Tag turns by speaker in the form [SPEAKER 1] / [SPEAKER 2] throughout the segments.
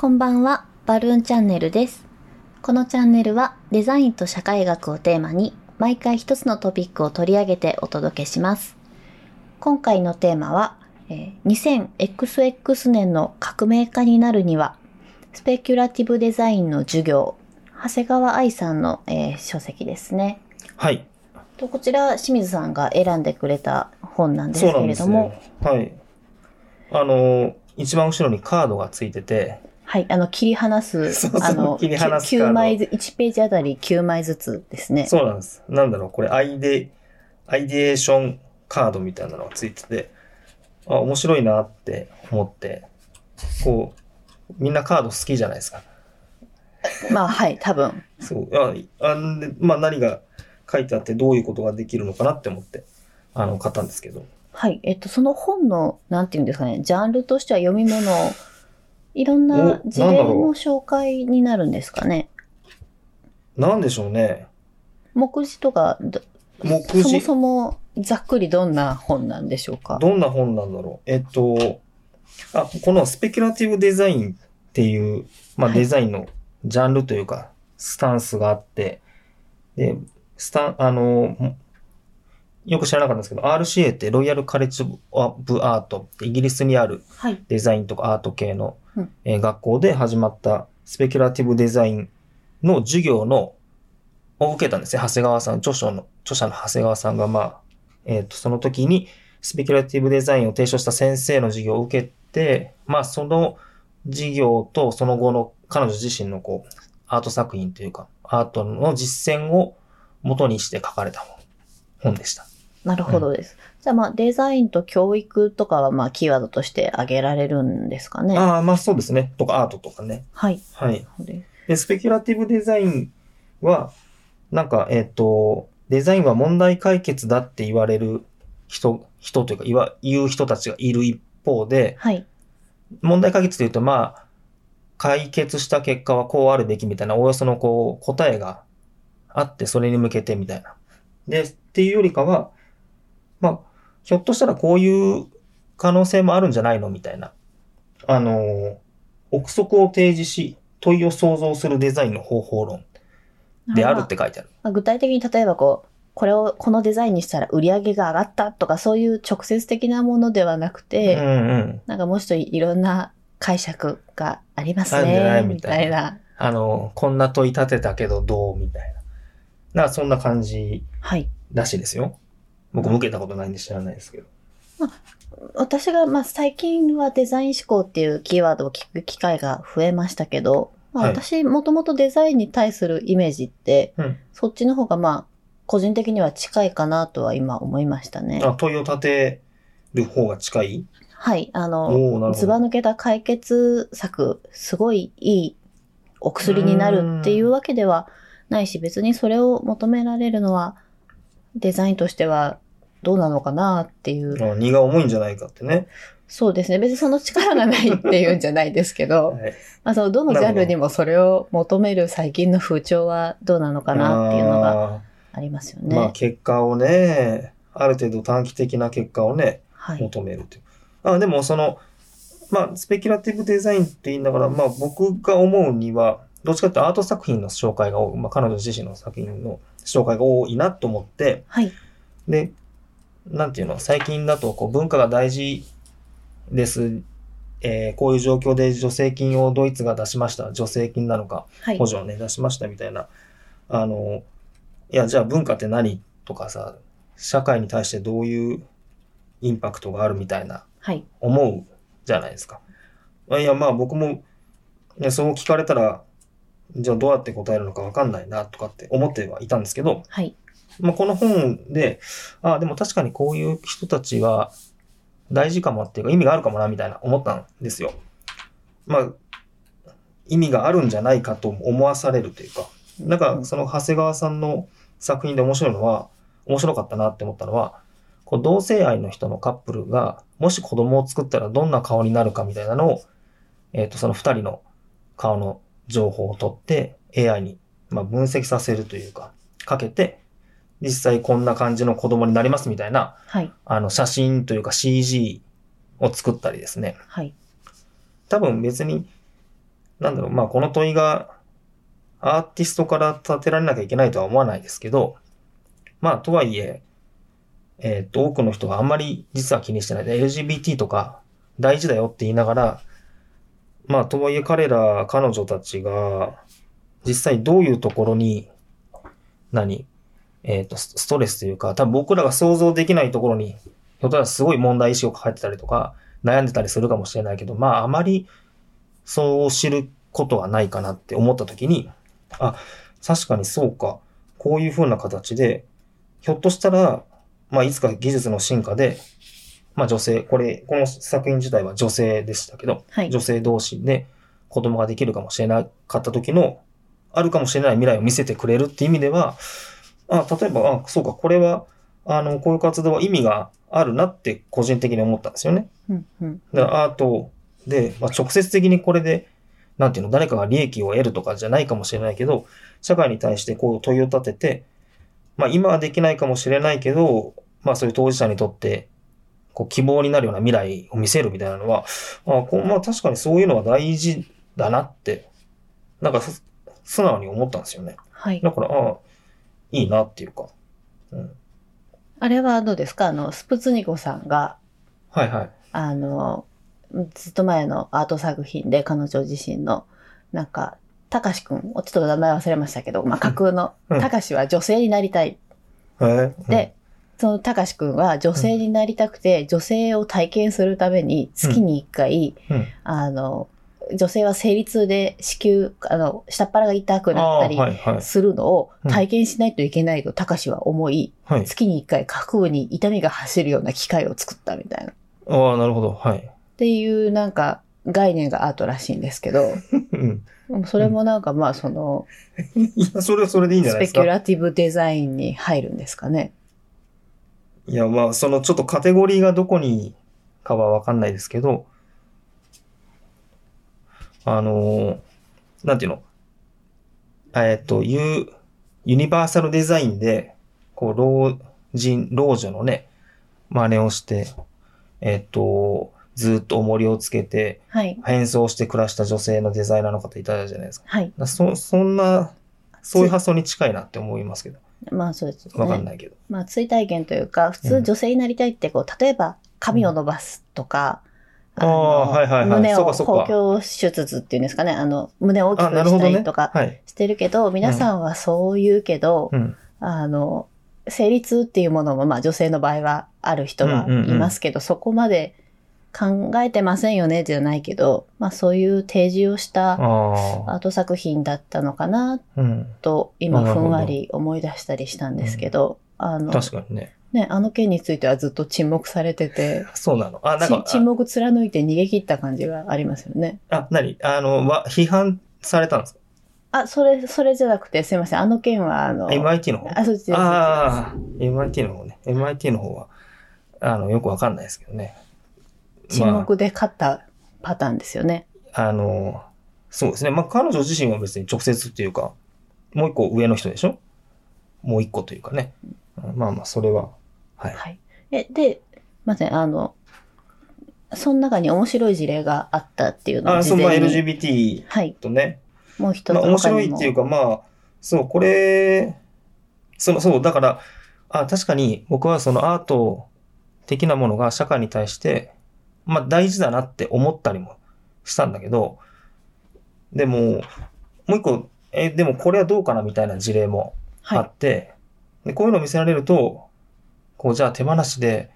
[SPEAKER 1] こんばんは、バルーンチャンネルです。このチャンネルはデザインと社会学をテーマに毎回一つのトピックを取り上げてお届けします。今回のテーマは、えー 2000XX 年の革命家になるには、スペキュラティブデザインの授業、長谷川愛さんの、えー書籍ですね。
[SPEAKER 2] はい。
[SPEAKER 1] とこちら、清水さんが選んでくれた本なんです
[SPEAKER 2] そうな
[SPEAKER 1] け
[SPEAKER 2] ん
[SPEAKER 1] れ
[SPEAKER 2] で
[SPEAKER 1] ど
[SPEAKER 2] す
[SPEAKER 1] も、
[SPEAKER 2] ね。はい。あの、一番後ろにカードがついてて、
[SPEAKER 1] はい、あの、切り離す、
[SPEAKER 2] そうそう
[SPEAKER 1] あの、
[SPEAKER 2] 切り離す
[SPEAKER 1] きゅ
[SPEAKER 2] カ
[SPEAKER 1] 9
[SPEAKER 2] ード
[SPEAKER 1] 枚ず、1ページあたり9枚ずつですね。
[SPEAKER 2] そうなんです。なんだろう、これアイデ、アイデエーションカードみたいなのがついてて、あ、面白いなって思って、こう、みんなカード好きじゃないですか。
[SPEAKER 1] まあ、はい、多分。
[SPEAKER 2] そう。あ、あんで、まあ何が書いてあってどういうことができるのかなって思って、あの、買ったんですけど。
[SPEAKER 1] はい、えっと、その本の、なんていうんですかね、ジャンルとしては読み物、いろん
[SPEAKER 2] おな
[SPEAKER 1] なん
[SPEAKER 2] だろう
[SPEAKER 1] 事例の紹介になるんですかね。
[SPEAKER 2] なんでしょうね。
[SPEAKER 1] 目次とか、ど
[SPEAKER 2] 目
[SPEAKER 1] そも
[SPEAKER 2] 次。
[SPEAKER 1] そもざっくりどんな本なんでしょうか。
[SPEAKER 2] どんな本なんだろう。えっと、あ、このスペキュラティブデザインっていう、まあ
[SPEAKER 1] はい
[SPEAKER 2] デザインのジャンルというか、スタンスがあって、で、スタン、あの、もよく知らなかったんですけど、RCA ってロイヤルカレッジオブアートってイギリスにある
[SPEAKER 1] はい。
[SPEAKER 2] デザインとかアート系の
[SPEAKER 1] うん
[SPEAKER 2] えー学校で始まったスペキュラティブデザインの授業のを受けたんですね。長谷川さん、著書の、著者の長谷川さんが、まあ、えっ、と、その時にスペキュラティブデザインを提唱した先生の授業を受けて、まあ、その授業とその後の彼女自身のこう、アート作品というか、アートの実践を元にして書かれた本本でした。
[SPEAKER 1] なるほどです。じゃあ、まあ、デザインと教育とかは、まあ、キーワードとして挙げられるんですかね。
[SPEAKER 2] ああ、まあそうですね。とか、アートとかね。
[SPEAKER 1] はい。
[SPEAKER 2] はい。
[SPEAKER 1] そうです
[SPEAKER 2] で、スペキュラティブデザインは、なんか、えっ、と、デザインは問題解決だって言われる人、人というか、いわ、言う人たちがいる一方で、
[SPEAKER 1] はい。
[SPEAKER 2] 問題解決というと、まあ、解決した結果はこうあるべきみたいな、おおよそのこう、答えがあって、それに向けてみたいな。で、っていうよりかは、まあ、ひょっとしたらこういう可能性もあるんじゃないのみたいな。あのー憶測を提示し、問いを想像するデザインの方法論であるって書いてある。
[SPEAKER 1] まあ具体的に例えばこう、これを、このデザインにしたら売り上げが上がったとか、そういう直接的なものではなくて、
[SPEAKER 2] うんうん。
[SPEAKER 1] なんかもう一人いろんな解釈があります
[SPEAKER 2] あるんじゃな
[SPEAKER 1] ね、
[SPEAKER 2] い
[SPEAKER 1] み
[SPEAKER 2] み
[SPEAKER 1] た
[SPEAKER 2] た
[SPEAKER 1] い
[SPEAKER 2] い
[SPEAKER 1] な。
[SPEAKER 2] あのーこんな問い立てたけどどうみたいな。なんかそんな感じ
[SPEAKER 1] はい。
[SPEAKER 2] らしいですよ。僕も受けたことないんで知らないですけど。
[SPEAKER 1] 私が、まあ、最近はデザイン思考っていうキーワードを聞く機会が増えましたけど、まあ、
[SPEAKER 2] はい
[SPEAKER 1] 私、もともとデザインに対するイメージって、
[SPEAKER 2] うん
[SPEAKER 1] そっちの方が、まあ、個人的には近いかなとは今思いましたね。
[SPEAKER 2] あ問いを立てる方が近い
[SPEAKER 1] はい。あの、
[SPEAKER 2] おおなるほ
[SPEAKER 1] ずば
[SPEAKER 2] ど。
[SPEAKER 1] 抜けた解決策、すごいいいお薬になるっていうわけではないし、別にそれを求められるのは、デザインとしてはどうなのかなっていう。
[SPEAKER 2] あ荷が重いんじゃないかってね。
[SPEAKER 1] そうですね。別にその力がないっていうんじゃないですけど、
[SPEAKER 2] はい
[SPEAKER 1] まあそのどのジャンルにもそれを求める最近の風潮はどうなのかなっていうのが
[SPEAKER 2] あ
[SPEAKER 1] ありますよ
[SPEAKER 2] ーまあ
[SPEAKER 1] ね。
[SPEAKER 2] 結果をね、ある程度短期的な結果をね、
[SPEAKER 1] はい。
[SPEAKER 2] 求めるという。あでもその、まあスペキュラティブデザインって言いながら、まあ僕が思うには、どっちかっていうとアート作品の紹介が多い、まあ彼女自身の作品の紹介が多いなと思って、
[SPEAKER 1] はい。
[SPEAKER 2] で、なんていうの、最近だとこう文化が大事です。えーこういう状況で助成金をドイツが出しました。助成金なのか、
[SPEAKER 1] はい
[SPEAKER 2] 補。助をね、出しましたみたいな。あの、いや、じゃあ文化って何とかさ、社会に対してどういうインパクトがあるみたいな
[SPEAKER 1] はい。
[SPEAKER 2] 思うじゃないですか。あいや、まあ僕も、ね、そう聞かれたら、じゃあどうやって答えるのかわかんないなとかって思ってはいたんですけど、
[SPEAKER 1] はい。
[SPEAKER 2] まあ、この本で、ああ、でも確かにこういう人たちは大事かもっていうか意味があるかもなみたいな思ったんですよ。まあ、意味があるんじゃないかと思わされるというか、なんかその長谷川さんの作品で面白いのは、面白かったなって思ったのは、こう同性愛の人のカップルが、もし子供を作ったらどんな顔になるかみたいなのを、えっ、と、その二人の顔の情報を取って、AI に、まあ、分析させるというか、かけて、実際こんな感じの子供になりますみたいな、
[SPEAKER 1] はい。
[SPEAKER 2] あの、写真というか CG を作ったりですね。
[SPEAKER 1] はい。
[SPEAKER 2] 多分別に、なんだろう、まあこの問いがアーティストから立てられなきゃいけないとは思わないですけど、まあとはいえ、えっと、多くの人があんまり実は気にしてない。で LGBT とか大事だよって言いながら、まあとはいえ彼ら、彼女たちが実際どういうところに、何、えっと、スストレスというか、多分僕らが想像できないところに、ひょっとしたらすごい問題意識を抱えてたりとか、悩んでたりするかもしれないけど、まああまり、そう知ることはないかなって思った時に、あ、確かにそうか。こういう風な形で、ひょっとしたら、まあ、いつか技術の進化で、まあ、女性、これ、この作品自体は女性でしたけど、
[SPEAKER 1] はい。
[SPEAKER 2] 女性同士で子供ができるかもしれなかった時の、あるかもしれない未来を見せてくれるって意味では、あ、例えば、あ、そうか、これは、あの、こういう活動は意味があるなって個人的に思ったんですよね。
[SPEAKER 1] うんうん。
[SPEAKER 2] だからアートで、まあ、直接的にこれで、なんていうの、誰かが利益を得るとかじゃないかもしれないけど、社会に対してこう問いを立てて、まあ、今はできないかもしれないけど、まあ、そういう当事者にとって、こう希望になるような未来を見せるみたいなのは、あこうまあ、確かにそういうのは大事だなって、なんかす素直に思ったんですよね。
[SPEAKER 1] はい。
[SPEAKER 2] だから、ああ、いいなっていうか。うん、
[SPEAKER 1] あれはどうですかあの、スプツニコさんが、
[SPEAKER 2] はいはい。
[SPEAKER 1] あの、ずっと前のアート作品で彼女自身の、なんか、たかしくん、おちょっと名前忘れましたけど、まあ、架空の、
[SPEAKER 2] うん
[SPEAKER 1] たかしは女性になりたい。
[SPEAKER 2] えー、
[SPEAKER 1] で、そのたかしくんは女性になりたくて、女性を体験するために、月に一回、
[SPEAKER 2] うん、うん
[SPEAKER 1] あの、女性は生理痛で子宮、あの、下っ腹が痛くなったり
[SPEAKER 2] ああはいはい。
[SPEAKER 1] するのを
[SPEAKER 2] うん
[SPEAKER 1] 体験しないといけないと、たかしは思い、
[SPEAKER 2] はい。
[SPEAKER 1] 月に一回各部に痛みが走るような機械を作ったみたいな。っ
[SPEAKER 2] ああ、なるほど。はい。
[SPEAKER 1] ていうなんか概念がアートらしいんですけど、
[SPEAKER 2] うん。
[SPEAKER 1] それもなんかまあその、
[SPEAKER 2] い や、それはそれでいいんじゃ
[SPEAKER 1] ス
[SPEAKER 2] な
[SPEAKER 1] ペ
[SPEAKER 2] いです
[SPEAKER 1] キュ
[SPEAKER 2] か。
[SPEAKER 1] ラティブデザインに入るんですかね。
[SPEAKER 2] いや、まあ、そのちょっとカテゴリーがどこにかはわかんないですけど、あのーなんていうのえーっと、ユ、ユニバーサルデザインで、こう、老人、老女のね、真似をして、えーっと、ずーっと重りをつけて、
[SPEAKER 1] はい。
[SPEAKER 2] 変装して暮らした女性のデザイナーの方いたじゃないですか。
[SPEAKER 1] はい。
[SPEAKER 2] だそ、そんな、そういう発想に近いなって思いますけど、
[SPEAKER 1] まあそうです
[SPEAKER 2] わかん
[SPEAKER 1] ね。
[SPEAKER 2] ないけど。
[SPEAKER 1] まあ追体験というか、普
[SPEAKER 2] う
[SPEAKER 1] 通
[SPEAKER 2] ん
[SPEAKER 1] 女性になりたいってこう、例えば髪を伸ばすとか、
[SPEAKER 2] あー
[SPEAKER 1] の
[SPEAKER 2] はいはいはい
[SPEAKER 1] 胸
[SPEAKER 2] そう
[SPEAKER 1] を
[SPEAKER 2] かそうか
[SPEAKER 1] 公共手術っていうんですかね、あの、胸を大き
[SPEAKER 2] あ、
[SPEAKER 1] く
[SPEAKER 2] なるほ
[SPEAKER 1] し
[SPEAKER 2] ど
[SPEAKER 1] た
[SPEAKER 2] ね。
[SPEAKER 1] りとか
[SPEAKER 2] はい。
[SPEAKER 1] してるけど、皆さんはそう言うけど、
[SPEAKER 2] うん。
[SPEAKER 1] あの、生理痛っていうものも、まあ女性の場合はある人は
[SPEAKER 2] うんうんうん
[SPEAKER 1] いますけど、そこまで考えてませんよねじゃないけど、まあそういう提示をした
[SPEAKER 2] あ
[SPEAKER 1] ア
[SPEAKER 2] あ。
[SPEAKER 1] ート作品だったのかな
[SPEAKER 2] うん。
[SPEAKER 1] と、今
[SPEAKER 2] なる
[SPEAKER 1] ふ
[SPEAKER 2] ほど
[SPEAKER 1] んわり思い出したりしたんですけど、あの、
[SPEAKER 2] 確かにね。
[SPEAKER 1] ね、あの件についてはずっと沈黙されてて、
[SPEAKER 2] そうなの。あ、な
[SPEAKER 1] ち
[SPEAKER 2] んか、
[SPEAKER 1] 沈黙貫いて逃げ切った感じがありますよね。
[SPEAKER 2] あ、なにあの、わ、批判されたんですか
[SPEAKER 1] あ、それ、それじゃなくて、すいません。あの件は、あの、
[SPEAKER 2] ?MIT の方
[SPEAKER 1] あ、そっちです。
[SPEAKER 2] ああ、MIT の方ね。MIT の方は、あの、よくわかんないですけどね。
[SPEAKER 1] 沈
[SPEAKER 2] ま
[SPEAKER 1] 黙で勝ったパターンですよね。
[SPEAKER 2] あ、あの、そうですね。まあ、彼女自身は別に直接っていうか、もう一個上の人でしょもう一個というかね。まあまあ、それは、はい。
[SPEAKER 1] はい。え、で、まずね、あの、その中に面白い事例があったっていうのを
[SPEAKER 2] あ、
[SPEAKER 1] 事
[SPEAKER 2] そのまあ
[SPEAKER 1] 前に
[SPEAKER 2] LGBT
[SPEAKER 1] はい。
[SPEAKER 2] とね、
[SPEAKER 1] もう一つ
[SPEAKER 2] まあ、面白
[SPEAKER 1] 他
[SPEAKER 2] い
[SPEAKER 1] にも
[SPEAKER 2] っていうか、まあ、そう、これ、その、そう、だから、あ、確かに僕はそのアート的なものが社会に対して、まあ大事だなって思ったりもしたんだけど、でも、もう一個、え、でもこれはどうかなみたいな事例もあ
[SPEAKER 1] は
[SPEAKER 2] って、でこういうのを見せられると、こう、じゃあ手放しで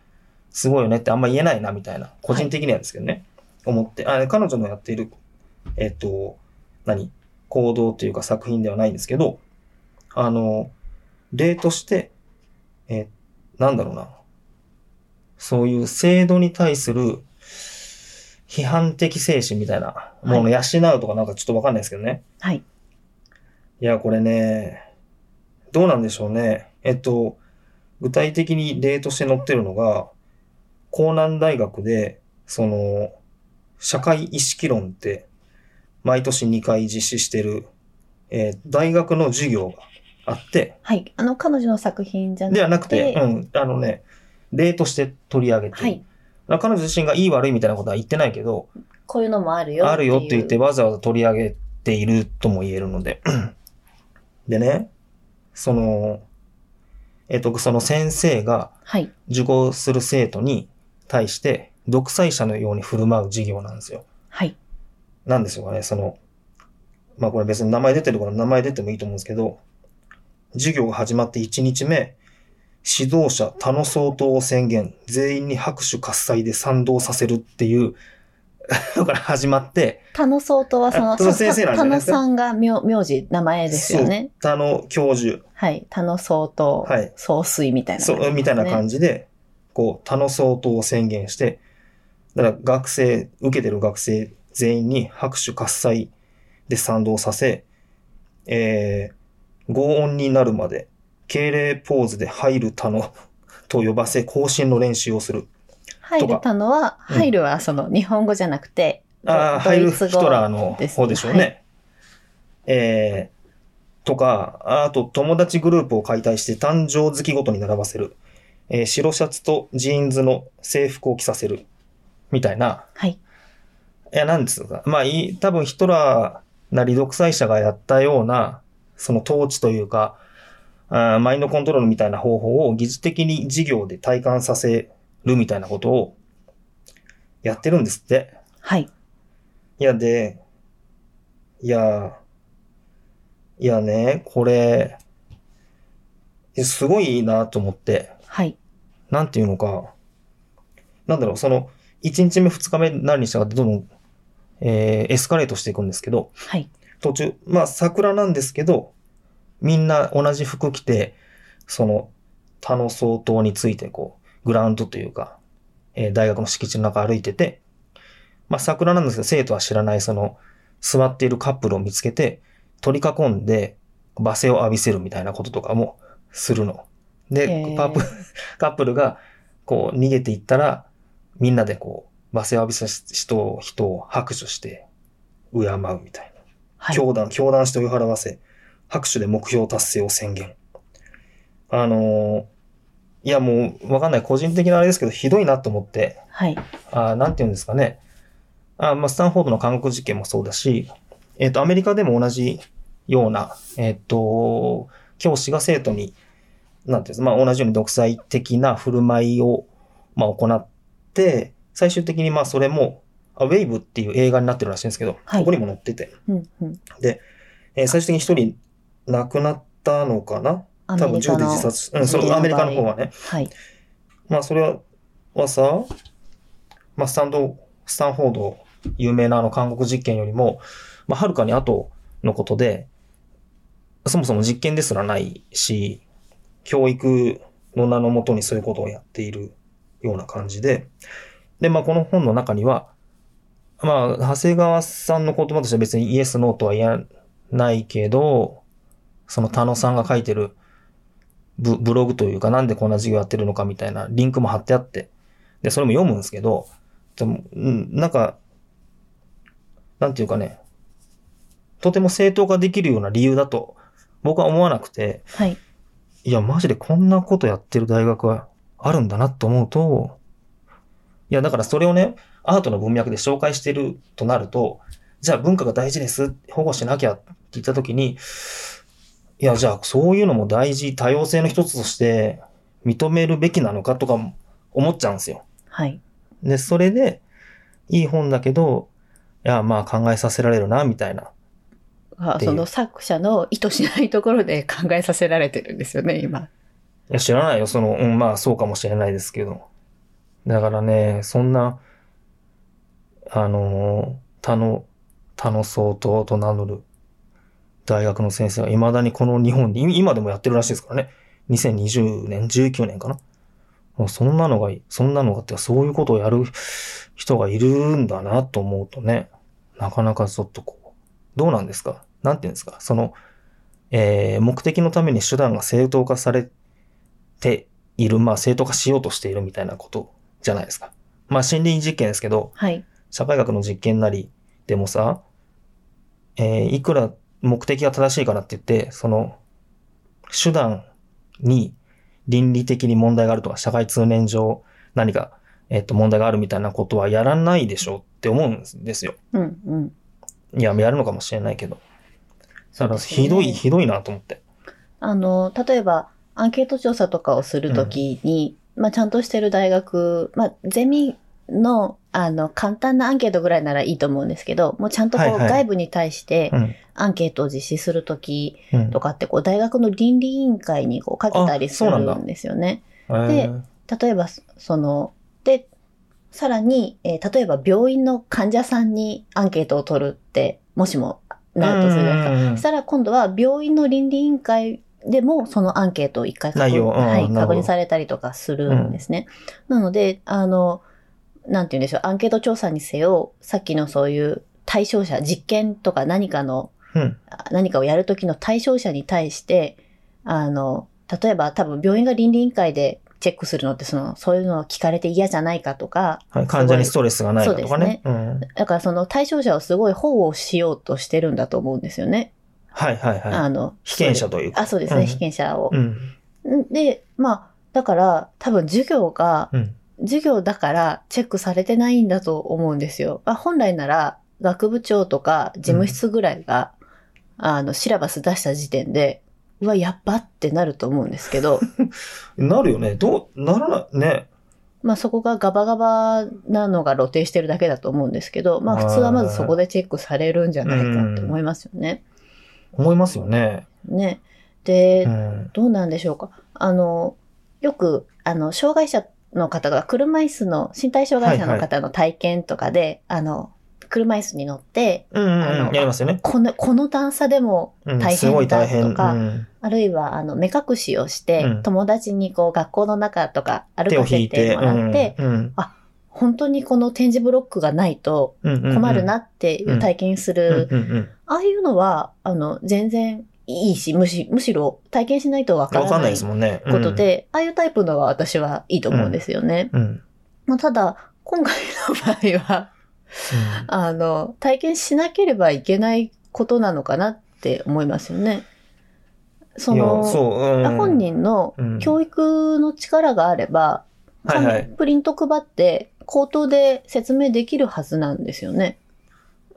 [SPEAKER 2] すごいよねってあんま言えないなみたいな、個人的にはですけどね、思って、あ彼女のやっている、えっと、何行動というか作品ではないんですけど、あの、例として、えーなんだろうな。そういう制度に対する批判的精神みたいなものを養うとかなんかちょっとわかんないですけどね。
[SPEAKER 1] い。はい。
[SPEAKER 2] いや、これね、どうなんでしょうね。えっと、具体的に例として載ってるのが、江南大学で、その、社会意識論って、毎年2回実施してる、えー大学の授業があって、
[SPEAKER 1] はい。あの、彼女の作品じゃなくて。
[SPEAKER 2] ではなくて、うん、あのね、例として取り上げてる
[SPEAKER 1] はい。
[SPEAKER 2] だから彼女自身がいい悪いみたいなことは言ってないけど、
[SPEAKER 1] こういうのもあるよ
[SPEAKER 2] あるよって言って
[SPEAKER 1] いう
[SPEAKER 2] わざわざ取り上げているとも言えるので。 でね、その、えっと、その先生が
[SPEAKER 1] はい。
[SPEAKER 2] 受講する生徒に対して独裁者のように振る舞う授業なんですよ。
[SPEAKER 1] はい。
[SPEAKER 2] なんでしょうかね、その、まあこれ別に名前出てるから名前出てもいいと思うんですけど、授業が始まって1日目、指導者他の相当を宣言、全員に拍手喝采で賛同させるっていう、 のから始まって、
[SPEAKER 1] 田野相当はその、
[SPEAKER 2] あ田野先生なんじ
[SPEAKER 1] 田
[SPEAKER 2] ゃない
[SPEAKER 1] 野
[SPEAKER 2] ですか
[SPEAKER 1] さんが名名字、名前ですよね。
[SPEAKER 2] 他の教授、
[SPEAKER 1] はい。田野相当、
[SPEAKER 2] はい
[SPEAKER 1] 総帥みたいな感じですね、
[SPEAKER 2] そう、みたいな感じで、こう、他の相当を宣言して、だから学生、受けてる学生全員に拍手喝采で賛同させ、えー、合音になるまで、敬礼ポーズで入る他のと呼ばせ、更新の練習をする。
[SPEAKER 1] 入るたのは、
[SPEAKER 2] うん
[SPEAKER 1] 入るはその日本語じゃなくて、
[SPEAKER 2] ああ、
[SPEAKER 1] ド
[SPEAKER 2] ハイル・
[SPEAKER 1] ドイ
[SPEAKER 2] ヒ
[SPEAKER 1] ツ
[SPEAKER 2] ト
[SPEAKER 1] 語
[SPEAKER 2] ラーの
[SPEAKER 1] です
[SPEAKER 2] 方でしょうね。
[SPEAKER 1] は
[SPEAKER 2] えー、とか、ああと友達グループを解体して誕生月ごとに並ばせる。えー白シャツとジーンズの制服を着させる。みたいな。
[SPEAKER 1] はい。
[SPEAKER 2] いや、なんですか。まあ、いい多分ヒトラーなり独裁者がやったような、その統治というか、あーマインドコントロールみたいな方法を疑似的に授業で体感させるみたいなことをやってるんですって。
[SPEAKER 1] はい。
[SPEAKER 2] いや、で、いや、いやね、これ、えすごいいいなと思って、
[SPEAKER 1] はい。
[SPEAKER 2] なんていうのか、なんだろう、その、1日目、2日目になるにしたがって、どんどん、えーエスカレートしていくんですけど、
[SPEAKER 1] はい。
[SPEAKER 2] 途中、まあ桜なんですけど、みんな同じ服着て、その、他の総統についてこう、グラウンドというか、えー大学の敷地の中歩いてて、まあ桜なんですけど、生徒は知らないその、座っているカップルを見つけて、取り囲んで、罵声を浴びせるみたいなこととかもするの。
[SPEAKER 1] へ
[SPEAKER 2] で
[SPEAKER 1] ー、
[SPEAKER 2] カップ、 カップルが、こう、逃げていったら、みんなでこう、罵声を浴びせた人を、人を拍手して、敬うみたいな。
[SPEAKER 1] はい。
[SPEAKER 2] 教団、教団して追い払わせ、拍手で目標達成を宣言。あのーいやもう、わかんない。個人的なあれですけど、ひどいなと思って、
[SPEAKER 1] はい。
[SPEAKER 2] あーなんて言うんですかね。あーまあ、スタンフォードの韓国事件もそうだし、えっ、と、アメリカでも同じような、えっ、と、教師が生徒に、なんていうんですか、まあ、同じように独裁的な振る舞いを、まあ、行って、最終的に、まあ、それも、あウェイブっていう映画になってるらしいんですけど、
[SPEAKER 1] はい
[SPEAKER 2] ここにも載ってて、
[SPEAKER 1] うんうん。
[SPEAKER 2] えー最終的に一人亡くなったのかな
[SPEAKER 1] ア
[SPEAKER 2] 多
[SPEAKER 1] メ
[SPEAKER 2] 分
[SPEAKER 1] リカ
[SPEAKER 2] 銃で
[SPEAKER 1] の。
[SPEAKER 2] 自殺し、うん、そのアメリカの方はね。
[SPEAKER 1] はい。
[SPEAKER 2] まあそれははさ、まあスタンド、スタンフォード有名なあの韓国実験よりも、まあはるかに後のことで、そもそも実験ですらないし、教育の名のもとにそういうことをやっているような感じで、で、まあこの本の中には、まあ、長谷川さんの言葉としては別にイエス、ノーとは言えないけど、その田野さんが書いてるブブログというか、なんでこんな授業やってるのかみたいなリンクも貼ってあって、で、それも読むんですけど、でもうんなんか、なんていうかね、とても正当化できるような理由だと僕は思わなくて、
[SPEAKER 1] はい。
[SPEAKER 2] いや、マジでこんなことやってる大学はあるんだなと思うと、いや、だからそれをね、アートの文脈で紹介してるとなると、じゃあ文化が大事です、保護しなきゃって言ったときに、いや、じゃあそういうのも大事、多様性の一つとして認めるべきなのかとか思っちゃうんですよ。
[SPEAKER 1] はい。
[SPEAKER 2] で、それで、いい本だけど、いや、まあ考えさせられるな、みたいな。
[SPEAKER 1] あ
[SPEAKER 2] っていう
[SPEAKER 1] その作者の意図しないところで考えさせられてるんですよね、今。
[SPEAKER 2] いや、知らないよ。その、うん、まあ、そうかもしれないですけど。だからね、そんな、あのー、他の、他の相当と名乗る大学の先生は未だにこの日本に、い今でもやってるらしいですからね。2020年、19年かな。もうそんなのがい、そんなのがって、そういうことをやる人がいるんだなと思うとね、なかなかちょっとこう、どうなんですかなんていうんですかその、えー目的のために手段が正当化されている、まあ正当化しようとしているみたいなことじゃないですか。まあ森林実験ですけど、
[SPEAKER 1] はい。
[SPEAKER 2] 社会学の実験なりでもさ、えーいくら目的が正しいからって言って、その、手段に倫理的に問題があるとか、社会通念上何かえっと、問題があるみたいなことはやらないでしょうって思うんですよ。
[SPEAKER 1] うんうん。
[SPEAKER 2] いや、やるのかもしれないけど。だから、
[SPEAKER 1] そうですよね
[SPEAKER 2] ひどい、ひどいなと思って。
[SPEAKER 1] あの、例えば、アンケート調査とかをするときに、まあ、ちゃんとしてる大学、まあ、ゼミの、あの、簡単なアンケートぐらいならいいと思うんですけど、もうちゃんとこう、
[SPEAKER 2] はいはい
[SPEAKER 1] 外部に対して
[SPEAKER 2] うん。
[SPEAKER 1] アンケートを実施するとき
[SPEAKER 2] うん
[SPEAKER 1] とかって、こう、大学の倫理委員会にこう、かけたりする
[SPEAKER 2] あそうなんだ
[SPEAKER 1] んですよね。
[SPEAKER 2] えー
[SPEAKER 1] 例えば、そその、で、さらに、えー例えば病院の患者さんにアンケートを取るって、もしもなるとするじゃないですか。
[SPEAKER 2] うんうんうん
[SPEAKER 1] そしたら今度は病院の倫理委員会でもそのアンケートを一回確
[SPEAKER 2] 内
[SPEAKER 1] 認,、
[SPEAKER 2] 容うん
[SPEAKER 1] はい、
[SPEAKER 2] な
[SPEAKER 1] 確
[SPEAKER 2] るほど
[SPEAKER 1] 認されたりとかするんですね。なので、あの、なんて言うんでしょう、アンケート調査にせよ、さっきのそういう対象者、実験とか何かの、
[SPEAKER 2] うん
[SPEAKER 1] あ何かをやるときの対象者に対して、あの、例えば多分病院が倫理委員会でチェックするのって、その、そういうのを聞かれて嫌じゃないかとか、
[SPEAKER 2] はい患者にストレスがないかとかね。うん
[SPEAKER 1] だからその対象者をすごい保護しようとしてるんだと思うんですよね。
[SPEAKER 2] はいはいは
[SPEAKER 1] あ
[SPEAKER 2] い。
[SPEAKER 1] の、
[SPEAKER 2] 被験者というか。
[SPEAKER 1] あ、そうですね、
[SPEAKER 2] ん
[SPEAKER 1] 被験者を
[SPEAKER 2] う。ん。
[SPEAKER 1] んで、まあ、だから、多分授業が、
[SPEAKER 2] うん。
[SPEAKER 1] 授業だからチェックされてないんだと思うんですよ。まあ、本来なら、学部長とか事務室ぐらいが、あの、シラバス出した時点で、うわ、やっばってなると思うんですけ ど、
[SPEAKER 2] なるよね。どう、ならないね。
[SPEAKER 1] まあそこがガバガバなのが露呈してるだけだと思うんですけど、まあ普通はまずそこでチェックされるんじゃないかって思いますよね。
[SPEAKER 2] 思いますよね。
[SPEAKER 1] ね。で
[SPEAKER 2] う、ん。
[SPEAKER 1] どうなんでしょうか。あの、よく、あの、障害者の方とか、車椅子の、身体障害者の方の体験とかで、あの、車椅子に乗って、
[SPEAKER 2] うんうん
[SPEAKER 1] あ
[SPEAKER 2] う
[SPEAKER 1] の
[SPEAKER 2] ん。やりますよね。
[SPEAKER 1] この、この段差でも、
[SPEAKER 2] うん
[SPEAKER 1] 大変だ
[SPEAKER 2] すごい大変。
[SPEAKER 1] とか
[SPEAKER 2] うん
[SPEAKER 1] あるいは、あの、目隠しをして、
[SPEAKER 2] うん
[SPEAKER 1] 友達にこう、学校の中とか歩
[SPEAKER 2] 手を
[SPEAKER 1] か
[SPEAKER 2] 引
[SPEAKER 1] せ
[SPEAKER 2] いて。
[SPEAKER 1] てもらって、
[SPEAKER 2] うんうん
[SPEAKER 1] 本当にこの展示ブロックがないと
[SPEAKER 2] うんうんうん
[SPEAKER 1] 困るなっていう体験する、
[SPEAKER 2] うんうんうん
[SPEAKER 1] ああいうのは、あの、全然いいし、むしむしろ体験しないとわか
[SPEAKER 2] わからんな
[SPEAKER 1] ないい
[SPEAKER 2] ですもんね。うん
[SPEAKER 1] こと。で、ああいうタイプのは私はいいと思うんですよね。
[SPEAKER 2] うんうん。
[SPEAKER 1] まあ、ただ、今回の場合は、 あの、体験しなければいけないことなのかなって思いますよね。そ
[SPEAKER 2] いや
[SPEAKER 1] の、
[SPEAKER 2] そううん
[SPEAKER 1] 本人の
[SPEAKER 2] うん
[SPEAKER 1] 教育の力があれば、ちゃん
[SPEAKER 2] はいは
[SPEAKER 1] と
[SPEAKER 2] い
[SPEAKER 1] プリント配って、口頭で説明できるはずなんですよね。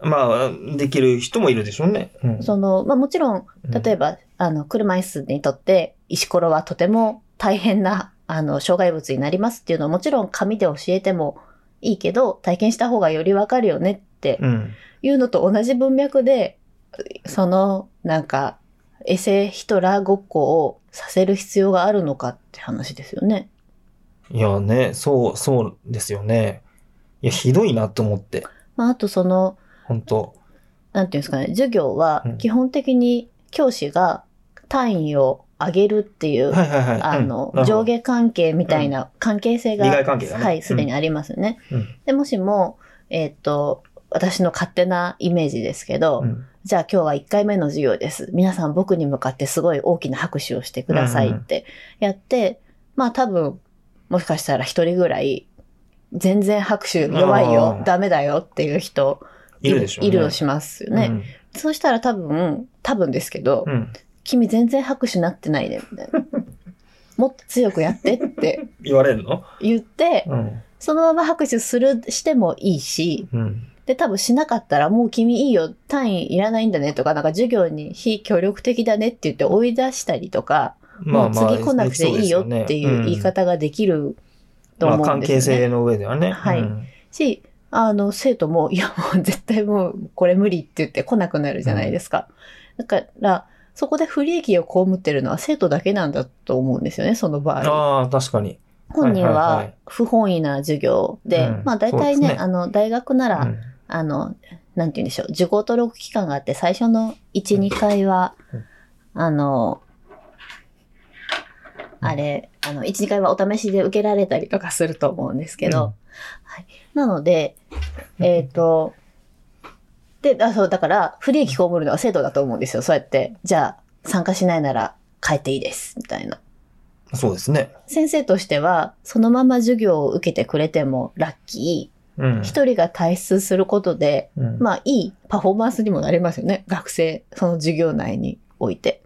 [SPEAKER 2] まあ、できる人もいるでしょうね。うん
[SPEAKER 1] その、まあもちろん、例え
[SPEAKER 2] ば、
[SPEAKER 1] ば、あの、車椅子にとって、石ころはとても大変な、あの、障害物になりますっていうのはもちろん紙で教えてもいいけど、体験した方がよりわかるよねって
[SPEAKER 2] うん。
[SPEAKER 1] いうのと同じ文脈で、その、なんか、エセヒトラーごっこをさせる必要があるのかって話ですよね。
[SPEAKER 2] いやね、そう、そうですよね。いや、ひどいなと思って、
[SPEAKER 1] まあ、あとその、
[SPEAKER 2] 本当
[SPEAKER 1] なんていうんですかね、授業は
[SPEAKER 2] うん
[SPEAKER 1] 基本的に教師が単位を上げるっていう
[SPEAKER 2] はいはいはい。
[SPEAKER 1] あ
[SPEAKER 2] うん
[SPEAKER 1] の、
[SPEAKER 2] なる
[SPEAKER 1] 上
[SPEAKER 2] ほど
[SPEAKER 1] 下関係みたいな関係性が、
[SPEAKER 2] 利害関係がね
[SPEAKER 1] は
[SPEAKER 2] う
[SPEAKER 1] い、
[SPEAKER 2] ん
[SPEAKER 1] すでにありますよね。
[SPEAKER 2] うん
[SPEAKER 1] で、もしも、えーっと、私の勝手なイメージですけど、
[SPEAKER 2] うん
[SPEAKER 1] じゃあ今日は1回目の授業です。皆さん僕に向かってすごい大きな拍手をしてくださいってやって、まあ多分、もしかしたら一人ぐらい、全然拍手弱いよ
[SPEAKER 2] あ、ー
[SPEAKER 1] ダメだよっていう人、
[SPEAKER 2] いるでしょうね。
[SPEAKER 1] いるをしますよね。そうしたら多分、多分ですけど、
[SPEAKER 2] うん。うん
[SPEAKER 1] 君全然拍手なってないね、 みたいな。もっと強くやってって
[SPEAKER 2] 言われるの
[SPEAKER 1] 言って、
[SPEAKER 2] うん。
[SPEAKER 1] そのまま拍手する、してもいいし、
[SPEAKER 2] うん。
[SPEAKER 1] で、多分しなかったら、もう君いいよ、単位いらないんだねとか、なんか授業に非協力的だねって言って追い出したりとか、
[SPEAKER 2] まあまあ、
[SPEAKER 1] もう次来なくていいよっていう言い
[SPEAKER 2] できそうですよね
[SPEAKER 1] 方ができる
[SPEAKER 2] う
[SPEAKER 1] と
[SPEAKER 2] ん
[SPEAKER 1] 思
[SPEAKER 2] まあ、
[SPEAKER 1] うんで
[SPEAKER 2] 関係
[SPEAKER 1] すよね。
[SPEAKER 2] 性の上ではね。
[SPEAKER 1] はい
[SPEAKER 2] うん
[SPEAKER 1] し、あの、生徒も、い や、もう絶対もうこれ無理って言って来なくなるじゃないですか。だから、そこで不利益を被ってるのは生徒だけなんだと思うんですよね、その場合。
[SPEAKER 2] ああ、確かに。
[SPEAKER 1] 本人
[SPEAKER 2] はいはいは
[SPEAKER 1] はい不本意な授業で、
[SPEAKER 2] うん
[SPEAKER 1] まあ大体
[SPEAKER 2] そう
[SPEAKER 1] ね
[SPEAKER 2] ですね
[SPEAKER 1] あの大学なら、
[SPEAKER 2] うん
[SPEAKER 1] あのなんて言うんでしょう受講登録期間があって最初の12、2回は、
[SPEAKER 2] うん
[SPEAKER 1] あの
[SPEAKER 2] うん
[SPEAKER 1] あれあの12回はお試しで受けられたりとかすると思うんですけど、
[SPEAKER 2] うん
[SPEAKER 1] はい、なのでえっ、とであそうだから不利益被るのは生徒だと思うんですよそうやってじゃあ参加しないなら帰っていいですみたいな。
[SPEAKER 2] そうですね。
[SPEAKER 1] 先生としては、そのまま授業を受けてくれてもラッキ
[SPEAKER 2] うん
[SPEAKER 1] ー。。一人が退出することで、
[SPEAKER 2] うん
[SPEAKER 1] まあいいパフォーマンスにもなりますよね。学生、その授業内において。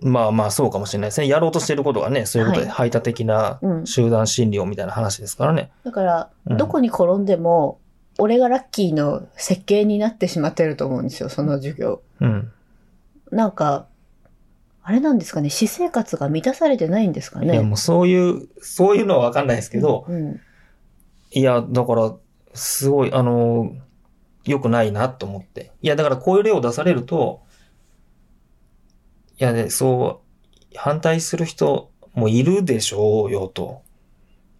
[SPEAKER 2] まあまあそうかもしれないですね。やろうとしてることがね、そういうことで
[SPEAKER 1] は
[SPEAKER 2] 排他的な
[SPEAKER 1] うん
[SPEAKER 2] 集団心理をみたいな話ですからね。
[SPEAKER 1] だから、
[SPEAKER 2] うん
[SPEAKER 1] どこに転んでも、俺がラッキーの設計になってしまってると思うんですよ、その授業。
[SPEAKER 2] うん。
[SPEAKER 1] なんか、あれなんですかね、私生活が満たされてないんですかね。
[SPEAKER 2] いやもうそういう、そういうのはわかんないですけど、
[SPEAKER 1] うん、
[SPEAKER 2] いや、だから、すごい、あの、良くないなと思って。いや、だからこういう例を出されると、いやね、そう、反対する人もいるでしょうよと。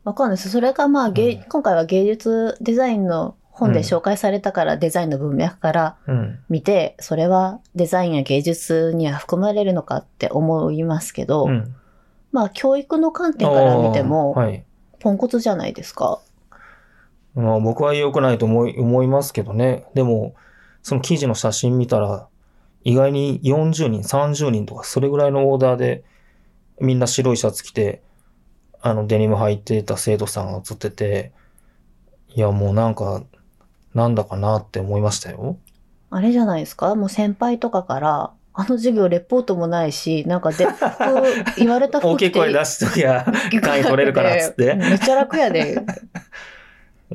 [SPEAKER 1] わかんないです。それがまあ、芸
[SPEAKER 2] うん
[SPEAKER 1] 今回は芸術デザインの本で
[SPEAKER 2] うん
[SPEAKER 1] 紹介されたから、デザインの文脈から
[SPEAKER 2] うん。
[SPEAKER 1] 見て、それはデザインや芸術には含まれるのかって思いますけど、
[SPEAKER 2] うん。
[SPEAKER 1] まあ、教育の観点から見て
[SPEAKER 2] あー
[SPEAKER 1] も、
[SPEAKER 2] はい。
[SPEAKER 1] ポンコツじゃないですか。
[SPEAKER 2] まあ、僕は良くないと思い思いますけどね。でも、その記事の写真見たら、意外に40人、30人とか、それぐらいのオーダーで、みんな白いシャツ着て、あの、デニム履いてた生徒さんが写ってて、いや、もうなんか、なんだかなって思いましたよ。
[SPEAKER 1] あれじゃないですかもう先輩とかから、あの授業レポートもないし、なんか で、服、言われた服
[SPEAKER 2] 大
[SPEAKER 1] 着
[SPEAKER 2] きい
[SPEAKER 1] て。
[SPEAKER 2] 声出しときゃ、単位取れるからっつって
[SPEAKER 1] めっちゃ楽やで。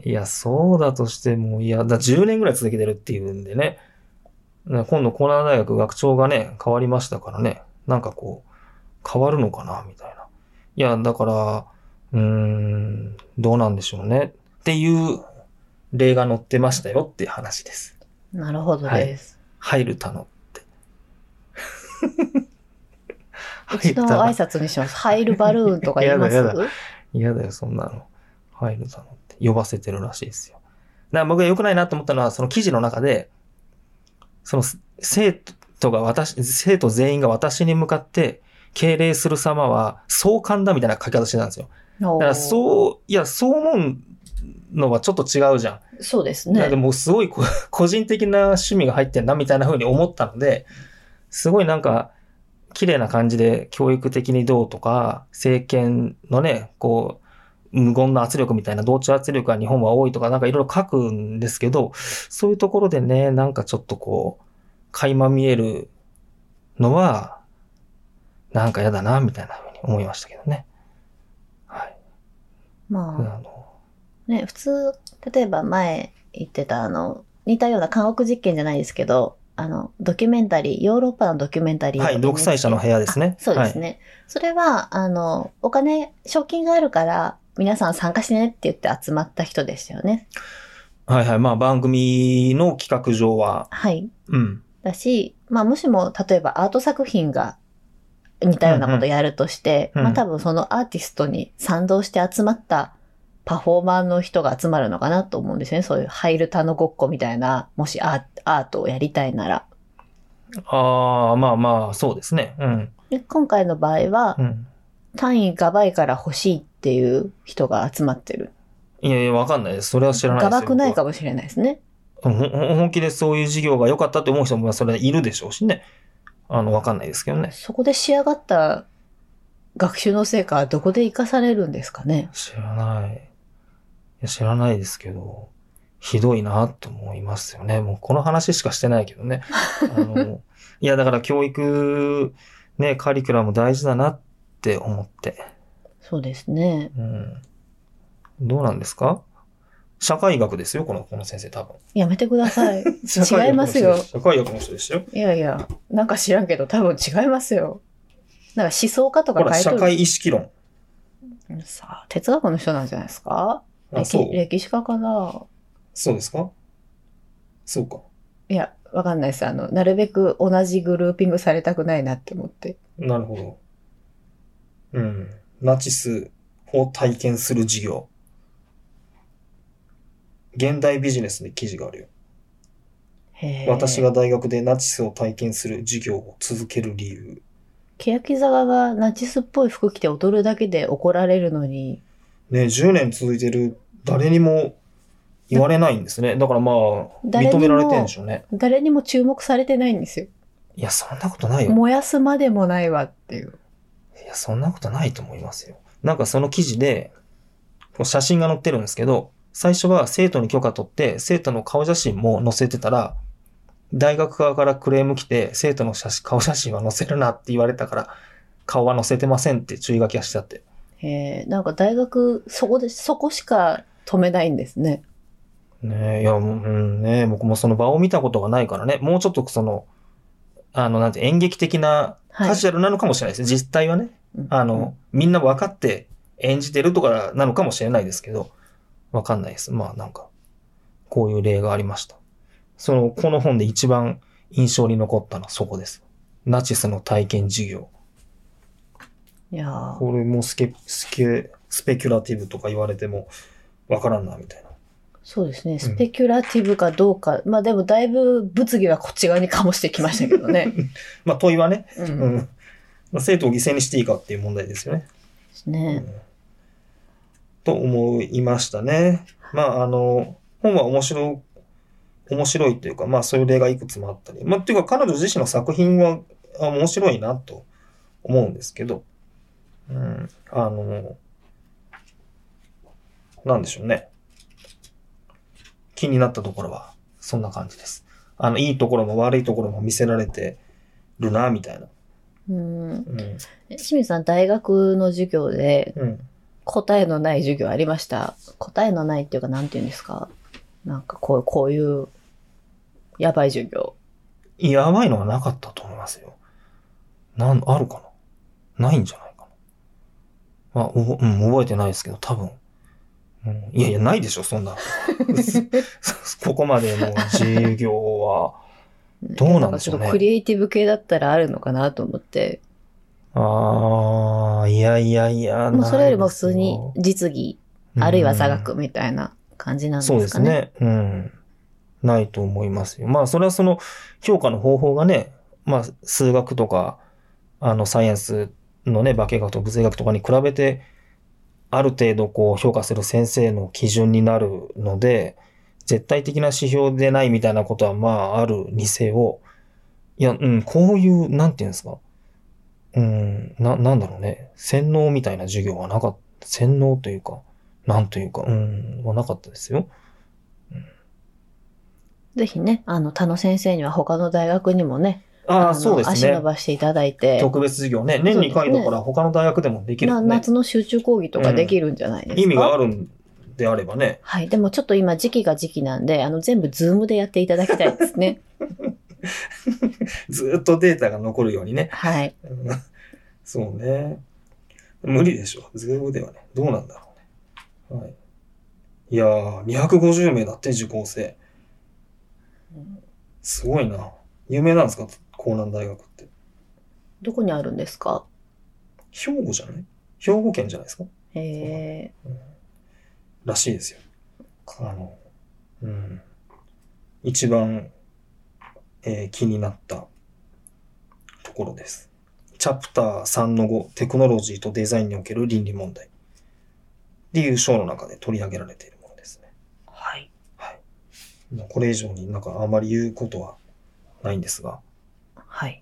[SPEAKER 2] いや、そうだとしても、いや、だ10年ぐらい続けてるっていうんでね。な今度、コーナー大学学長がね、変わりましたからね。なんかこう、変わるのかな、みたいな。いや、だから、うーん、どうなんでしょうね。っていう例が載ってましたよっていう話です。
[SPEAKER 1] なるほどです。
[SPEAKER 2] 入るたのって。
[SPEAKER 1] うちの挨
[SPEAKER 2] 入るた
[SPEAKER 1] 拶にします。ハイルバルーンとか言います
[SPEAKER 2] やだや嫌だよ、そんなの。入るだのって。呼ばせてるらしいですよ。だから僕が良くないなと思ったのは、その記事の中で、その生徒が私、生徒全員が私に向かって敬礼する様は壮観だみたいな書き方してたんですよ。
[SPEAKER 1] おー
[SPEAKER 2] だからそう、いや、そう思うのはちょっと違うじゃ
[SPEAKER 1] そうです
[SPEAKER 2] ん。だから
[SPEAKER 1] ね。
[SPEAKER 2] もうすごいこ 個人的な趣味が入ってんなみたいな風に思ったので、すごいなんか、綺麗な感じで教育的にどうとか、政権のね、こう、無言の圧力みたいな同調圧力が日本は多いとか、なんかいろいろ書くんですけど、そういうところでね、なんかちょっとこう、垣間見えるのは、なんか嫌だな、みたいなふうに思いましたけどね。はい。あ
[SPEAKER 1] ま
[SPEAKER 2] の
[SPEAKER 1] あ、ね、普通、例えば前言ってた、あの、似たような韓国実験じゃないですけど、あの、ドキュメンタリー、ヨーロッパのドキュメンタリー。
[SPEAKER 2] はい、独裁者の部屋ですね。
[SPEAKER 1] そうですね。それは、あの、お金、賞金があるから、皆さん参加しねって言って集まった人でしたよね。
[SPEAKER 2] はい。はいはい。まあ番組の企画上は、
[SPEAKER 1] はい。
[SPEAKER 2] うん。
[SPEAKER 1] だし、まあ、もしも、例えばアート作品が似たようなことやるとして、
[SPEAKER 2] うんうん
[SPEAKER 1] まあ、
[SPEAKER 2] うん
[SPEAKER 1] 多分そのアーティストに賛同して集まったパフォーマーの人が集まるのかなと思うんですね。そういうハイルタのごっこみたいな、もしアーアートをやりたいなら。
[SPEAKER 2] ああ、まあまあ、そうですね。うん。
[SPEAKER 1] で今回の場合は
[SPEAKER 2] う、ん。
[SPEAKER 1] 単位がばいから欲しいっていう人が集まってる。
[SPEAKER 2] いやいや、わかんないです。それは知らないです
[SPEAKER 1] が
[SPEAKER 2] よ。
[SPEAKER 1] ばくない
[SPEAKER 2] 僕は
[SPEAKER 1] かもしれないですね。
[SPEAKER 2] ほほ本気でそういう事業が良かったと思う人も、まあそれはいるでしょうしね。あの、わかんないですけどね。
[SPEAKER 1] そこで仕上がった学習の成果はどこで活かされるんですかね
[SPEAKER 2] 知らない。いや知らないですけど、ひどいなと思いますよね。もうこの話しかしてないけどね。あの、いや、だから教育、ね、カリキュラム大事だなって思って。
[SPEAKER 1] そうですね。
[SPEAKER 2] うん。どうなんですか社会学ですよ、この、この先生多分。
[SPEAKER 1] やめてくださ い。
[SPEAKER 2] 社会学の人
[SPEAKER 1] 違いますよ
[SPEAKER 2] 社会学の人ですよ。
[SPEAKER 1] いやいや、なんか知らんけど多分違いますよ。なんか思想家と
[SPEAKER 2] ほら、
[SPEAKER 1] か書
[SPEAKER 2] 社
[SPEAKER 1] いてる。
[SPEAKER 2] 会意識論。
[SPEAKER 1] さあ、哲学の人なんじゃないですか
[SPEAKER 2] あ、
[SPEAKER 1] 歴
[SPEAKER 2] そう。
[SPEAKER 1] 歴史家かな
[SPEAKER 2] そうですかそうか。
[SPEAKER 1] いや、わかんないです。あの、なるべく同じグルーピングされたくないなって思って。
[SPEAKER 2] なるほど。うん。ナチスを体験する事業。現代ビジネスで記事があるよ。
[SPEAKER 1] へー
[SPEAKER 2] 私が。大学でナチスを体験する事業を続ける理由。
[SPEAKER 1] 欅沢がナチスっぽい服着て踊るだけで怒られるのに、
[SPEAKER 2] ね、10年続いてる誰にも言われないんですね。だからまあ、
[SPEAKER 1] 誰に
[SPEAKER 2] 認
[SPEAKER 1] も
[SPEAKER 2] められてるんでしょうね。
[SPEAKER 1] 誰にも注目されてないんですよ。
[SPEAKER 2] いや、そんなことないよ。
[SPEAKER 1] 燃やすまでもないわっていう。
[SPEAKER 2] いや、そんなことないと思いますよ。なんかその記事で、こう写真が載ってるんですけど、最初は生徒に許可取って、生徒の顔写真も載せてたら、大学側からクレーム来て、生徒の写真顔写真は載せるなって言われたから、顔は載せてませんって注意書きはしてあって。
[SPEAKER 1] へえ、なんか大学、そこで、そこしか止めないんですね。
[SPEAKER 2] ねえ、いや、もううん、ねえ僕もその場を見たことがないからね、もうちょっとその、あの、なんて、演劇的な、
[SPEAKER 1] はい
[SPEAKER 2] カジュアルなのかもしれないです。実態はね、あの、みんな分かって演じてるとかなのかもしれないですけど、分かんないです。まあなんか、こういう例がありました。その、この本で一番印象に残ったのはそこです。ナチスの体験授業。
[SPEAKER 1] うん、いやー
[SPEAKER 2] これもスケ、スケ、スペキュラティブとか言われても分からんな、みたいな。
[SPEAKER 1] そうですね。スペキュラティブかどうか。まあでもだいぶ物議はこっち側にかもしてきましたけどね。
[SPEAKER 2] まあ問いはね、
[SPEAKER 1] う。
[SPEAKER 2] うん
[SPEAKER 1] で
[SPEAKER 2] ん。まあ生徒を犠牲にしていいかっていう問題ですよね。
[SPEAKER 1] すね。
[SPEAKER 2] と思いましたね。まあ、あの、本は面白い、面白いというか、まあ、そういう例がいくつもあったり、まあ、というか、彼女自身の作品はあ面白いなと思うんですけど、うん、あの、なんでしょうね。気になったところは、そんな感じです。あの、いいところも悪いところも見せられてるな、みたいな。
[SPEAKER 1] うん。
[SPEAKER 2] うん。
[SPEAKER 1] 清水さん、大学の授業で
[SPEAKER 2] うん。
[SPEAKER 1] 答えのない授業ありました。答えのないっていうか、なんて言うんですか。なんかこう、こういう、やばい授業。
[SPEAKER 2] やばいのはなかったと思いますよ。なん、あるかなないんじゃないかな。まあ、おぼうん、覚えてないですけど、多分。うん、いやいや、ないでしょ、そんな。ここまでの授業は。どうなんでしょうね
[SPEAKER 1] かちょっとクリエイティブ系だったらあるのかなと思って。
[SPEAKER 2] ああ、いやいやいや、
[SPEAKER 1] もうそれよりも普通に
[SPEAKER 2] ないです
[SPEAKER 1] 実技、
[SPEAKER 2] よ
[SPEAKER 1] あるいは座学みたいな感じなんですか
[SPEAKER 2] そ
[SPEAKER 1] ね。
[SPEAKER 2] うです。ね。うん。ないと思いますよ。まあ、それはその評価の方法がね、まあ、数学とか、あの、サイエンスのね、化学と物理学とかに比べて、ある程度こう評価する先生の基準になるので、絶対的な指標でないみたいなことはまああるにせよ、いや、うん、こういう、なんていうんですか、うん、な、なんだろうね、洗脳みたいな授業はなかった、洗脳というか、なんというか、うん、はなかったですよ。
[SPEAKER 1] ぜひね、あの、田野先生には他の大学にもね、
[SPEAKER 2] あ
[SPEAKER 1] の
[SPEAKER 2] あ、そうです
[SPEAKER 1] 足
[SPEAKER 2] ね
[SPEAKER 1] 伸。ばしていただいて、
[SPEAKER 2] 特別授業ね。年2回だから他の大学でもできる
[SPEAKER 1] な
[SPEAKER 2] もんね。
[SPEAKER 1] 夏の集中講義とかできるんじゃないですか。
[SPEAKER 2] 意味があるんであればね。
[SPEAKER 1] はい。でもちょっと今時期が時期なんで、あの、全部ズームでやっていただきたいです ね。
[SPEAKER 2] ずーっとデータが残るようにね。
[SPEAKER 1] はい。
[SPEAKER 2] うんそうね。無理でしょ。ズームではね。どうなんだろうね。はい。いやー、250名だって、受講生。すごいな。有名なんですか江南大学って。
[SPEAKER 1] どこにあるんですか
[SPEAKER 2] 兵庫じゃない兵庫県じゃないですか
[SPEAKER 1] え
[SPEAKER 2] らしいですよ。あの、うん。一番、えー気になったところです。チャプター3の5、テクノロジーとデザインにおける倫理問題。っていう章の中で取り上げられているものですね。
[SPEAKER 1] ー、はい。
[SPEAKER 2] はい。もうこれ以上になんかあまり言うことはないんです が、
[SPEAKER 1] はい。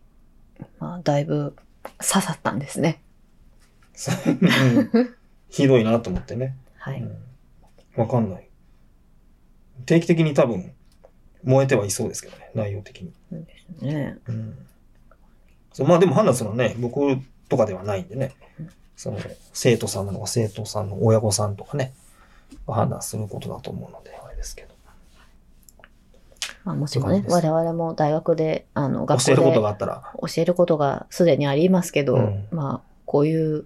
[SPEAKER 1] まあ、だいぶ刺さったんですね。
[SPEAKER 2] そううんひどいなと思ってね。
[SPEAKER 1] は
[SPEAKER 2] う
[SPEAKER 1] い。
[SPEAKER 2] んわかんない。定期的に多分、燃えてはいそうですけどね、内容的に。
[SPEAKER 1] ね
[SPEAKER 2] うんそうまあでも判断するのはね、僕とかではないんでね
[SPEAKER 1] うん、
[SPEAKER 2] その生徒さんなのか生徒さんの親御さんとかね、判断することだと思うので、あれですけど。
[SPEAKER 1] まあ、もちろんね
[SPEAKER 2] そう、なんで
[SPEAKER 1] 我々も大学で、あの、学校
[SPEAKER 2] 教え
[SPEAKER 1] で
[SPEAKER 2] ること
[SPEAKER 1] 教
[SPEAKER 2] があったら、
[SPEAKER 1] えることがすでにありますけど、
[SPEAKER 2] うん
[SPEAKER 1] まあ、こういう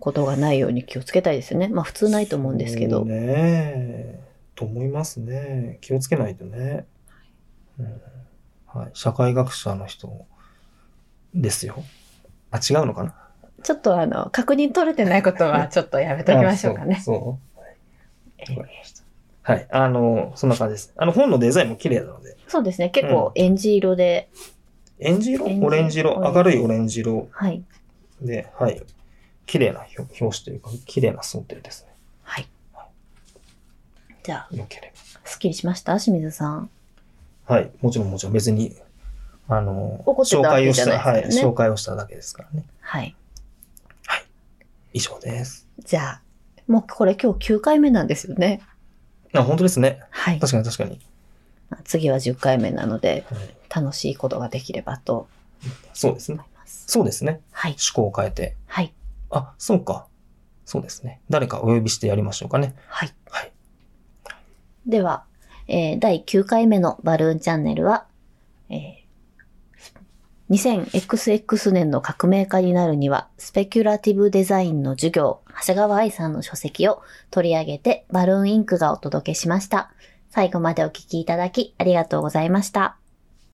[SPEAKER 1] ことがないように気をつけたいですよね。まあ、普通ないと思うんですけ
[SPEAKER 2] そ
[SPEAKER 1] ど。
[SPEAKER 2] うねえと思いますね。気をつけないとね。うんはい、社会学者の人ですよ。あ、違うのかな
[SPEAKER 1] ちょっと、あの、確認取れてないことは、ちょっとやめときましょうか
[SPEAKER 2] あ
[SPEAKER 1] ね。
[SPEAKER 2] そう。そうわかりましたはい。あの、そんな感じです。あの、本のデザインも綺麗なので、
[SPEAKER 1] そうですね。結構、エンジ色で、
[SPEAKER 2] エンジ色
[SPEAKER 1] エンジ
[SPEAKER 2] オレンジ色
[SPEAKER 1] オレン
[SPEAKER 2] 明るいオレンジ色
[SPEAKER 1] はい。
[SPEAKER 2] で、はい。綺麗な表表紙というか、綺麗な想定ですね。
[SPEAKER 1] はい。じゃあ、
[SPEAKER 2] 良けれ
[SPEAKER 1] すっきりしました清水さん。
[SPEAKER 2] ば。はい。もちろん、もちろん、別に、あの、
[SPEAKER 1] 怒ってた
[SPEAKER 2] 紹
[SPEAKER 1] わ
[SPEAKER 2] 介
[SPEAKER 1] け
[SPEAKER 2] を
[SPEAKER 1] じ
[SPEAKER 2] し
[SPEAKER 1] ゃない
[SPEAKER 2] た、
[SPEAKER 1] ですか
[SPEAKER 2] は
[SPEAKER 1] ら
[SPEAKER 2] い。
[SPEAKER 1] ね
[SPEAKER 2] 紹介をしただけですからね。
[SPEAKER 1] はい。
[SPEAKER 2] 以上です。
[SPEAKER 1] じゃあ、もうこれ今日9回目なんですよね。
[SPEAKER 2] あ、本当ですね。
[SPEAKER 1] はい。
[SPEAKER 2] 確かに確かに。
[SPEAKER 1] 次は10回目なので、
[SPEAKER 2] はい
[SPEAKER 3] 楽しいことができればと
[SPEAKER 2] そうですね
[SPEAKER 3] 思。います。
[SPEAKER 2] そうですね。
[SPEAKER 1] はい。
[SPEAKER 2] 趣向を変えて。
[SPEAKER 1] はい。
[SPEAKER 2] あ、そうか。そうですね。誰かお呼びしてやりましょうかね。
[SPEAKER 1] はい。
[SPEAKER 2] はい。
[SPEAKER 1] では、えー第9回目のバルーンチャンネルは、えー 2000XX 年の革命家になるには、スペキュラティブデザインの授業、長谷川愛さんの書籍を取り上げて、バルーンインクがお届けしました。最後までお聞きいただき、ありがとうございました。